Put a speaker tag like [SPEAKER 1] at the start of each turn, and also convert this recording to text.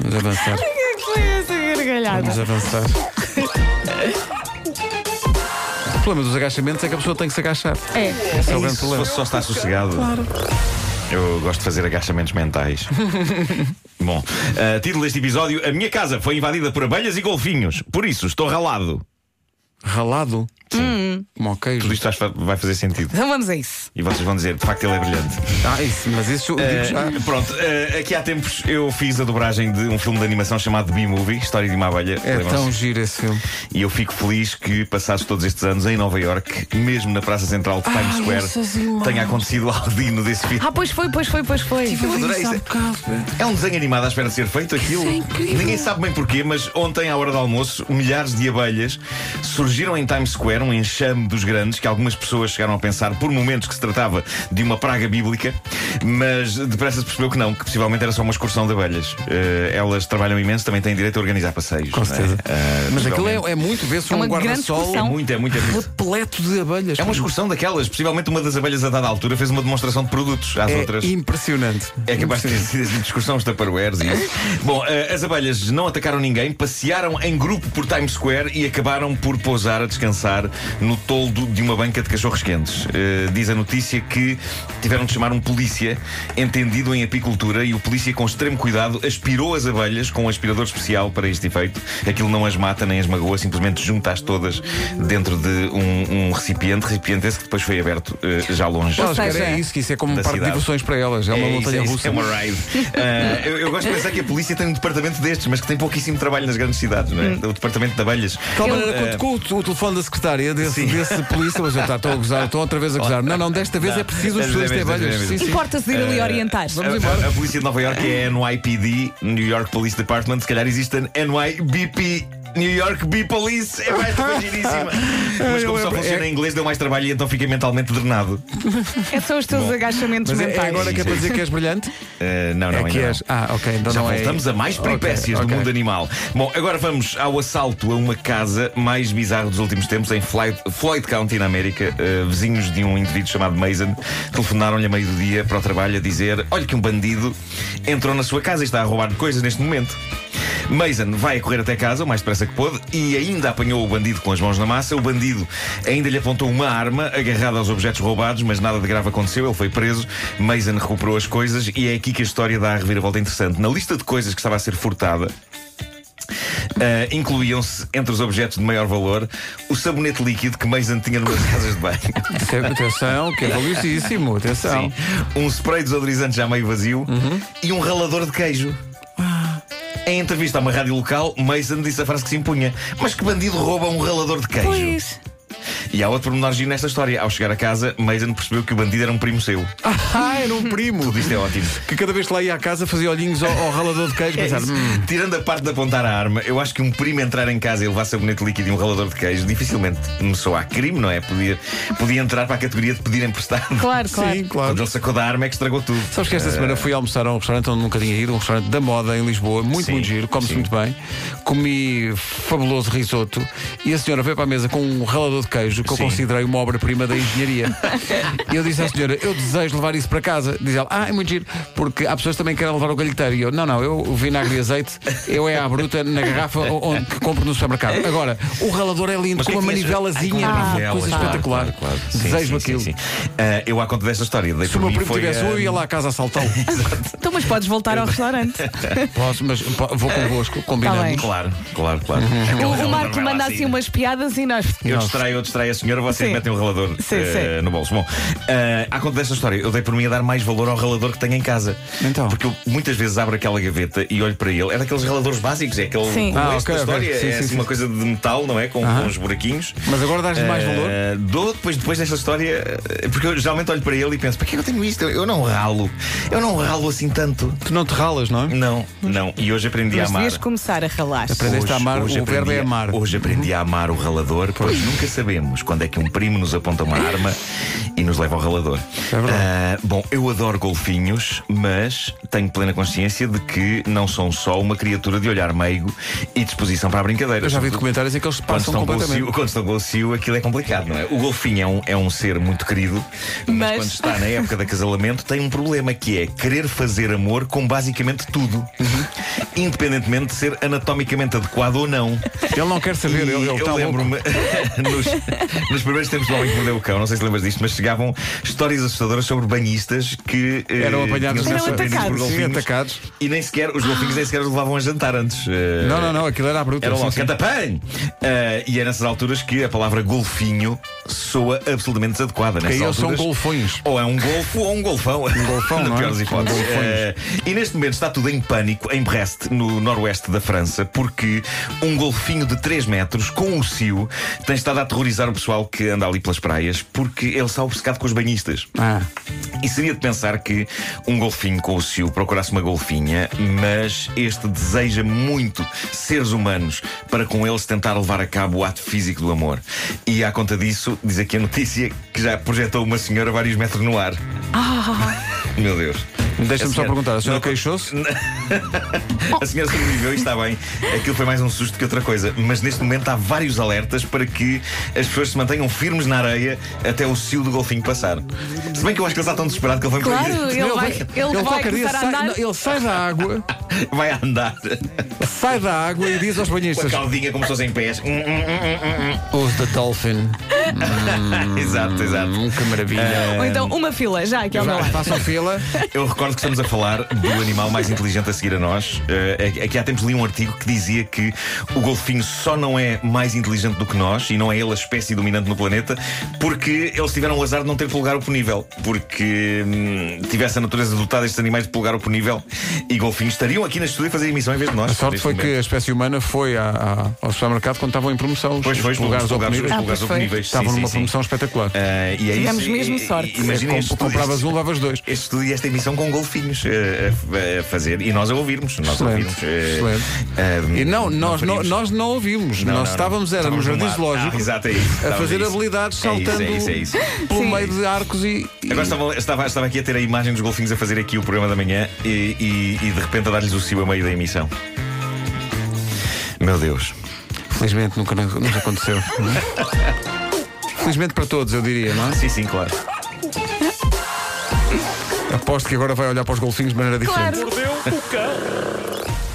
[SPEAKER 1] Vamos avançar.
[SPEAKER 2] que foi essa gargalhada?
[SPEAKER 1] Vamos avançar. O problema dos agachamentos é que a pessoa tem que se agachar.
[SPEAKER 2] É.
[SPEAKER 1] Esse é, o
[SPEAKER 3] Isso,
[SPEAKER 1] grande
[SPEAKER 3] se
[SPEAKER 1] problema.
[SPEAKER 3] fosse só estar sossegado. Eu gosto de fazer agachamentos mentais. Bom, ah, título deste episódio: A minha casa foi invadida por abelhas e golfinhos. Por isso, estou ralado.
[SPEAKER 1] Ralado.
[SPEAKER 2] Hum.
[SPEAKER 1] Sim. Como ao queijo.
[SPEAKER 3] Tudo isto acho que vai fazer sentido.
[SPEAKER 2] Então vamos a isso.
[SPEAKER 3] E vocês vão dizer: de facto, ele é brilhante.
[SPEAKER 2] Tipo
[SPEAKER 1] Ah, isso, mas isso eu digo já.
[SPEAKER 3] Ah, pronto, ah, aqui há tempos eu fiz a dobragem de um filme de animação chamado B-Movie, História de uma Abelha.
[SPEAKER 1] É
[SPEAKER 3] Lembram-se?
[SPEAKER 2] então.
[SPEAKER 1] tão giro esse filme.
[SPEAKER 3] E eu fico feliz que, passados todos estes anos em Nova York, mesmo na Praça Central de Times
[SPEAKER 2] Ai, essas
[SPEAKER 3] Square,
[SPEAKER 2] imagens.
[SPEAKER 3] tenha acontecido algo digno desse filme.
[SPEAKER 2] Ah, pois foi, pois foi, pois foi.
[SPEAKER 3] Eu adorei isso. É um desenho animado à espera de ser feito aquilo.
[SPEAKER 2] Isso é incrível.
[SPEAKER 3] Ninguém sabe bem porquê, mas ontem, à hora do almoço, milhares de abelhas surgiram em Times Square, um enxame dos grandes, que algumas pessoas chegaram a pensar por momentos que se tratava de uma praga bíblica, mas depressa se percebeu que não, que possivelmente era só uma excursão de abelhas. Eh, elas trabalham imenso, também têm direito a organizar passeios.
[SPEAKER 1] Com
[SPEAKER 3] não é?
[SPEAKER 1] certeza.
[SPEAKER 3] Eh,
[SPEAKER 1] Mas aquilo
[SPEAKER 3] possivelmente.
[SPEAKER 1] é, é muito, vê-se
[SPEAKER 2] É
[SPEAKER 1] um
[SPEAKER 2] uma grande
[SPEAKER 1] guarda-sol
[SPEAKER 3] É
[SPEAKER 2] excursão.
[SPEAKER 3] muito, é muito, é muito.
[SPEAKER 1] repleto de abelhas.
[SPEAKER 3] É uma excursão daquelas. Possivelmente uma das abelhas a dada altura fez uma demonstração de produtos às
[SPEAKER 1] É
[SPEAKER 3] outras.
[SPEAKER 1] impressionante.
[SPEAKER 3] É capaz de ter
[SPEAKER 1] Impressionante.
[SPEAKER 3] sido assim, discussão os taparueres e isso. Bom, eh, as abelhas não atacaram ninguém, passearam em grupo por Times Square e acabaram por pousar a descansar no toldo de uma banca de cachorros quentes. Eh, diz a notícia que tiveram de chamar um polícia entendido em apicultura e o polícia, com extremo cuidado, aspirou as abelhas com um aspirador especial para este efeito. Aquilo não as mata nem as magoa, simplesmente junta-as todas dentro de um, um recipiente, recipiente esse que depois foi aberto eh, já longe.
[SPEAKER 1] Elas
[SPEAKER 2] Ou seja,
[SPEAKER 1] querem é isso, que isso é como um
[SPEAKER 3] da
[SPEAKER 1] parque de
[SPEAKER 3] cidade.
[SPEAKER 1] diversões para elas. É uma
[SPEAKER 3] É isso,
[SPEAKER 1] montanha
[SPEAKER 3] é isso,
[SPEAKER 1] russa.
[SPEAKER 3] É uma ride. Ah, eu, eu gosto de pensar que a polícia tem um departamento destes, mas que tem pouquíssimo trabalho nas grandes cidades, não é? O departamento de abelhas.
[SPEAKER 1] Hum. Calma,
[SPEAKER 3] Ah,
[SPEAKER 1] com o, o telefone da secretária desse,
[SPEAKER 3] Sim.
[SPEAKER 1] desse polícia, mas eu tá, estou a gozar, estou outra vez a gozar. Não, não, desta vez é preciso os
[SPEAKER 3] Desta
[SPEAKER 1] especialistas de
[SPEAKER 3] vez, desta
[SPEAKER 1] abelhas. Sim,
[SPEAKER 3] vez.
[SPEAKER 1] sim.
[SPEAKER 2] Importa-se de ir ali orientar.
[SPEAKER 1] Eh, Vamos embora.
[SPEAKER 3] a, a polícia de Nova York é NYPD, New York Police Department. Se calhar existe a NYBP. New York B Police é mais giríssima. Mas como só funciona
[SPEAKER 1] é
[SPEAKER 3] em inglês, deu mais trabalho e então fiquei mentalmente drenado.
[SPEAKER 2] É só os teus agachamentos
[SPEAKER 1] Mas é, é
[SPEAKER 2] mentais.
[SPEAKER 1] agora que é para dizer que és brilhante?
[SPEAKER 3] Ah, não, não,
[SPEAKER 1] é que
[SPEAKER 3] ainda
[SPEAKER 1] és.
[SPEAKER 3] não.
[SPEAKER 1] Ah, ok, então
[SPEAKER 3] Já
[SPEAKER 1] não é.
[SPEAKER 3] voltamos a mais peripécias
[SPEAKER 1] Ok,
[SPEAKER 3] do
[SPEAKER 1] ok.
[SPEAKER 3] mundo animal. Bom, agora vamos ao assalto a uma casa mais bizarro dos últimos tempos em Floyd, Floyd County, na América. Eh, vizinhos de um indivíduo chamado Mason telefonaram-lhe a meio do dia para o trabalho a dizer: Olha, que um bandido entrou na sua casa e está a roubar coisas neste momento. Mason vai correr até casa o mais depressa que pôde e ainda apanhou o bandido com as mãos na massa. O bandido ainda lhe apontou uma arma agarrada aos objetos roubados, mas nada de grave aconteceu. Ele foi preso. Mason recuperou as coisas e é aqui que a história dá a reviravolta interessante. Na lista de coisas que estava a ser furtada, Uh, incluíam-se, entre os objetos de maior valor, o sabonete líquido que Mason tinha numas casas de banho.
[SPEAKER 1] Isso é- Atenção, que é valiosíssimo, atenção.
[SPEAKER 3] Sim. Um spray desodorizante já meio vazio e um ralador de queijo. Em entrevista a uma rádio local, Mason disse a frase que se impunha: Mas que bandido rouba um ralador de
[SPEAKER 1] é
[SPEAKER 3] queijo?
[SPEAKER 2] Pois.
[SPEAKER 3] E há outro pormenor giro nesta história. Ao chegar a casa, Mason percebeu que o bandido era um primo seu.
[SPEAKER 1] Ah, era um primo.
[SPEAKER 3] Tudo isto é ótimo.
[SPEAKER 1] Que cada vez que lá ia à casa fazia olhinhos ao, ao ralador de queijo. pensar,
[SPEAKER 3] é isso.
[SPEAKER 1] "Hum,
[SPEAKER 3] Tirando a parte de apontar a arma, eu acho que um primo entrar em casa e levar sabonete líquido e um ralador de queijo dificilmente me soa a crime, não é? Podia, podia entrar para a categoria de pedir emprestado.
[SPEAKER 2] Claro, claro.
[SPEAKER 1] Sim, claro.
[SPEAKER 3] Quando ele sacou da arma é que estragou tudo.
[SPEAKER 1] Sabes que esta semana fui almoçar a um restaurante onde nunca tinha ido, um restaurante da moda em Lisboa, muito,
[SPEAKER 3] Sim,
[SPEAKER 1] muito giro, come-se
[SPEAKER 3] sim.
[SPEAKER 1] muito bem. Comi fabuloso risoto e a senhora veio para a mesa com um ralador de queijo que eu
[SPEAKER 3] Sim.
[SPEAKER 1] considerei uma obra-prima da engenharia. e eu disse à senhora, eu desejo levar isso para casa. Diz ela, ah, é muito giro, porque há pessoas que também querem levar o galheteiro. E eu, não, não, eu o vinagre e azeite, eu é à bruta na garrafa o- onde, que compro no supermercado. Agora, o ralador é lindo,
[SPEAKER 3] Mas
[SPEAKER 1] com
[SPEAKER 3] o
[SPEAKER 1] uma
[SPEAKER 3] que é que tinhas?
[SPEAKER 1] manivelazinha,
[SPEAKER 3] Ai, com uma
[SPEAKER 1] coisa
[SPEAKER 3] manivela,
[SPEAKER 1] espetacular.
[SPEAKER 3] claro, claro, claro. Sim,
[SPEAKER 1] Desejo
[SPEAKER 3] sim, sim,
[SPEAKER 1] aquilo.
[SPEAKER 3] sim. Ah, eu, à conta desta história, dei
[SPEAKER 1] Se
[SPEAKER 3] por
[SPEAKER 1] o meu
[SPEAKER 3] mim,
[SPEAKER 1] primo
[SPEAKER 3] foi,
[SPEAKER 1] tivesse
[SPEAKER 3] ah,
[SPEAKER 1] um, eu ia lá à casa assaltá-lo.
[SPEAKER 2] Então, mas podes voltar ao restaurante.
[SPEAKER 1] Posso, mas po- vou convosco,
[SPEAKER 2] Tá
[SPEAKER 1] combinamos.
[SPEAKER 2] bem.
[SPEAKER 3] Claro, claro, claro. Aquele
[SPEAKER 2] O, o
[SPEAKER 3] ralador
[SPEAKER 2] Marco
[SPEAKER 3] vai lá
[SPEAKER 2] manda
[SPEAKER 3] sair.
[SPEAKER 2] assim umas piadas e nós.
[SPEAKER 3] Eu
[SPEAKER 1] Nossa.
[SPEAKER 3] distraio, eu distraio a senhora, vocês
[SPEAKER 2] Sim.
[SPEAKER 3] metem o ralador
[SPEAKER 2] Sim,
[SPEAKER 3] eh,
[SPEAKER 2] sim.
[SPEAKER 3] no bolso. Bom, eh, à conta desta história, eu dei por mim a dar mais valor ao ralador que tenho em casa.
[SPEAKER 1] Então.
[SPEAKER 3] Porque eu muitas vezes abro aquela gaveta e olho para ele. É daqueles raladores básicos, é aquele
[SPEAKER 2] Sim.
[SPEAKER 3] como
[SPEAKER 1] Ah,
[SPEAKER 3] este
[SPEAKER 1] ok, ok.
[SPEAKER 3] da história,
[SPEAKER 1] Sim,
[SPEAKER 3] é
[SPEAKER 1] sim,
[SPEAKER 3] assim
[SPEAKER 1] sim.
[SPEAKER 3] uma coisa de metal, não é? Com, com uns buraquinhos.
[SPEAKER 1] Mas agora dás-lhe mais valor?
[SPEAKER 3] Eh, dou depois, depois desta história, eh, porque eu geralmente olho para ele e penso: para que eu tenho isto? Eu, eu não ralo. Eu não ralo assim tanto.
[SPEAKER 1] Tu não te ralas, não é?
[SPEAKER 3] Não, não. E hoje aprendi a
[SPEAKER 2] Mas
[SPEAKER 3] amar.
[SPEAKER 2] devias começar a ralar.
[SPEAKER 1] Aprendeste a amar, o
[SPEAKER 3] aprendi
[SPEAKER 1] verbo é
[SPEAKER 3] a-
[SPEAKER 1] amar.
[SPEAKER 3] Hoje aprendi a amar o ralador, pois nunca sabemos quando é que um primo nos aponta uma arma e nos leva ao ralador.
[SPEAKER 1] É verdade.
[SPEAKER 3] Ah, bom, eu adoro golfinhos, mas tenho plena consciência de que não são só uma criatura de olhar meigo e disposição para a brincadeira.
[SPEAKER 1] Eu já vi documentários em que eles
[SPEAKER 3] Quando
[SPEAKER 1] passam
[SPEAKER 3] estão, com o cio,
[SPEAKER 1] completamente.
[SPEAKER 3] quando estão com o cio, aquilo é complicado, não é? O golfinho é um, é um ser muito querido, mas,
[SPEAKER 2] Mas-
[SPEAKER 3] quando está na
[SPEAKER 1] Uhum.
[SPEAKER 3] época de acasalamento tem um problema que é querer fazer amor com basicamente tudo. independentemente de ser anatomicamente adequado ou não.
[SPEAKER 1] Ele não quer saber,
[SPEAKER 3] E
[SPEAKER 1] ele, ele
[SPEAKER 3] eu
[SPEAKER 1] está louco.
[SPEAKER 3] lembro-me nos, nos primeiros tempos do Homem que Mordeu o Cão, não sei se lembras disto, mas chegavam histórias assustadoras sobre banhistas que eh,
[SPEAKER 1] Eram apanhados
[SPEAKER 3] tinham sido
[SPEAKER 2] Eram
[SPEAKER 3] surpreendidos
[SPEAKER 2] atacados.
[SPEAKER 3] por
[SPEAKER 1] Sim,
[SPEAKER 3] golfinhos
[SPEAKER 1] atacados.
[SPEAKER 3] e nem sequer os golfinhos nem sequer os levavam a jantar antes. Eh,
[SPEAKER 1] Não, não, não, aquilo era à bruta.
[SPEAKER 3] Era
[SPEAKER 1] sim,
[SPEAKER 3] logo
[SPEAKER 1] sim.
[SPEAKER 3] catapan! Eh, e é nessas alturas que a palavra golfinho soa absolutamente desadequada.
[SPEAKER 1] Porque
[SPEAKER 3] Nessas
[SPEAKER 1] eles são
[SPEAKER 3] alturas,
[SPEAKER 1] golfões.
[SPEAKER 3] ou é um golfo ou um golfão. Um
[SPEAKER 1] golfão,
[SPEAKER 3] Na
[SPEAKER 1] não é?
[SPEAKER 3] pior das hipóteses.
[SPEAKER 1] Um golfões.
[SPEAKER 3] Eh, e neste momento está tudo em pânico em Brest, no noroeste da França, porque um golfinho de 3 metros, com o cio, tem estado a aterrorizar o pessoal que anda ali pelas praias, porque ele está obcecado com os banhistas.
[SPEAKER 1] Ah,
[SPEAKER 3] E seria de pensar que um golfinho com o cio procurasse uma golfinha, mas este deseja muito seres humanos para com eles tentar levar a cabo o ato físico do amor. E à conta disso, diz aqui a notícia que já projetou uma senhora vários metros no ar. Meu Deus.
[SPEAKER 1] deixa-me
[SPEAKER 3] A
[SPEAKER 1] só
[SPEAKER 3] senhora-
[SPEAKER 1] perguntar, a senhora
[SPEAKER 3] Não,
[SPEAKER 1] queixou-se?
[SPEAKER 3] a senhora sobreviveu e está bem. Aquilo foi mais um susto que outra coisa. Mas neste momento há vários alertas para que as pessoas se mantenham firmes na areia até o cio do golfinho passar. Se bem que eu acho que ele está tão desesperado que ele vai
[SPEAKER 2] Claro, ele vai, ele vai
[SPEAKER 1] qualquer dia
[SPEAKER 2] começar a
[SPEAKER 1] sai,
[SPEAKER 2] andar.
[SPEAKER 1] não, ele sai da água,
[SPEAKER 3] Vai andar
[SPEAKER 1] sai da água e diz aos
[SPEAKER 3] com a
[SPEAKER 1] banhistas:
[SPEAKER 3] caldinha como se fossem pés. Hum, hum, hum, hum,
[SPEAKER 1] Os da Dolphin,
[SPEAKER 3] hum. Exato, exato.
[SPEAKER 1] hum, que maravilha.
[SPEAKER 2] Ou então é. uma fila, já aqui ao meu
[SPEAKER 1] Já,
[SPEAKER 2] lado.
[SPEAKER 1] Façam fila.
[SPEAKER 3] Eu recordo que estamos a falar do animal mais inteligente a seguir a nós. Eh, Aqui há tempos li um artigo que dizia que o golfinho só não é mais inteligente do que nós e não é ele a espécie dominante no planeta porque eles tiveram o azar de não ter pulgar oponível. Porque hum, tivesse a natureza dotada destes animais de pulgar oponível e golfinhos estariam aqui na estúdio a fazer emissão em vez de nós.
[SPEAKER 1] A sorte
[SPEAKER 3] neste
[SPEAKER 1] foi que
[SPEAKER 3] momento.
[SPEAKER 1] a espécie humana foi à- à- ao supermercado quando estavam em promoção. Os,
[SPEAKER 3] Pois foi,
[SPEAKER 1] os lugares ao
[SPEAKER 3] pulgares, os
[SPEAKER 1] comer-
[SPEAKER 3] pulgares
[SPEAKER 2] Ah, pois foi.
[SPEAKER 3] oponíveis. Sim,
[SPEAKER 1] Estavam
[SPEAKER 3] sim,
[SPEAKER 1] numa
[SPEAKER 3] sim.
[SPEAKER 1] promoção espetacular.
[SPEAKER 3] Ah, e é
[SPEAKER 2] Tivemos
[SPEAKER 3] isso,
[SPEAKER 2] mesmo
[SPEAKER 3] e-
[SPEAKER 2] sorte.
[SPEAKER 3] e- Imagina
[SPEAKER 1] É,
[SPEAKER 3] este,
[SPEAKER 1] comp- compravas
[SPEAKER 3] este-
[SPEAKER 1] um, levavas dois.
[SPEAKER 3] este estudo e esta emissão com golfinhos eh, a, a fazer e nós a ouvirmos. Nós
[SPEAKER 1] Excelente,
[SPEAKER 3] ouvirmos. eh,
[SPEAKER 1] excelente.
[SPEAKER 3] eh,
[SPEAKER 1] E não, nós não,
[SPEAKER 3] faríamos.
[SPEAKER 1] nós não ouvimos.
[SPEAKER 3] Não, não,
[SPEAKER 1] nós
[SPEAKER 3] não.
[SPEAKER 1] estávamos, era no
[SPEAKER 3] Estávamos
[SPEAKER 1] jardim
[SPEAKER 3] mar.
[SPEAKER 1] zoológico,
[SPEAKER 3] Ah, exato, é isso.
[SPEAKER 1] a
[SPEAKER 3] Estávamos,
[SPEAKER 1] fazer
[SPEAKER 3] é isso.
[SPEAKER 1] habilidades
[SPEAKER 3] É isso,
[SPEAKER 1] saltando
[SPEAKER 3] é isso, é isso.
[SPEAKER 1] pelo
[SPEAKER 2] Sim.
[SPEAKER 1] meio de arcos e. e-
[SPEAKER 3] Agora estava, estava, estava aqui a ter a imagem dos golfinhos a fazer aqui o programa da manhã e, e- e de repente a dar-lhes o cio a meio da emissão. Meu Deus.
[SPEAKER 1] Felizmente nunca nos nos aconteceu. não é? Felizmente para todos, eu diria, não é?
[SPEAKER 3] Sim, sim, claro.
[SPEAKER 1] Aposto que agora vai olhar para os golfinhos de maneira diferente.
[SPEAKER 2] Claro.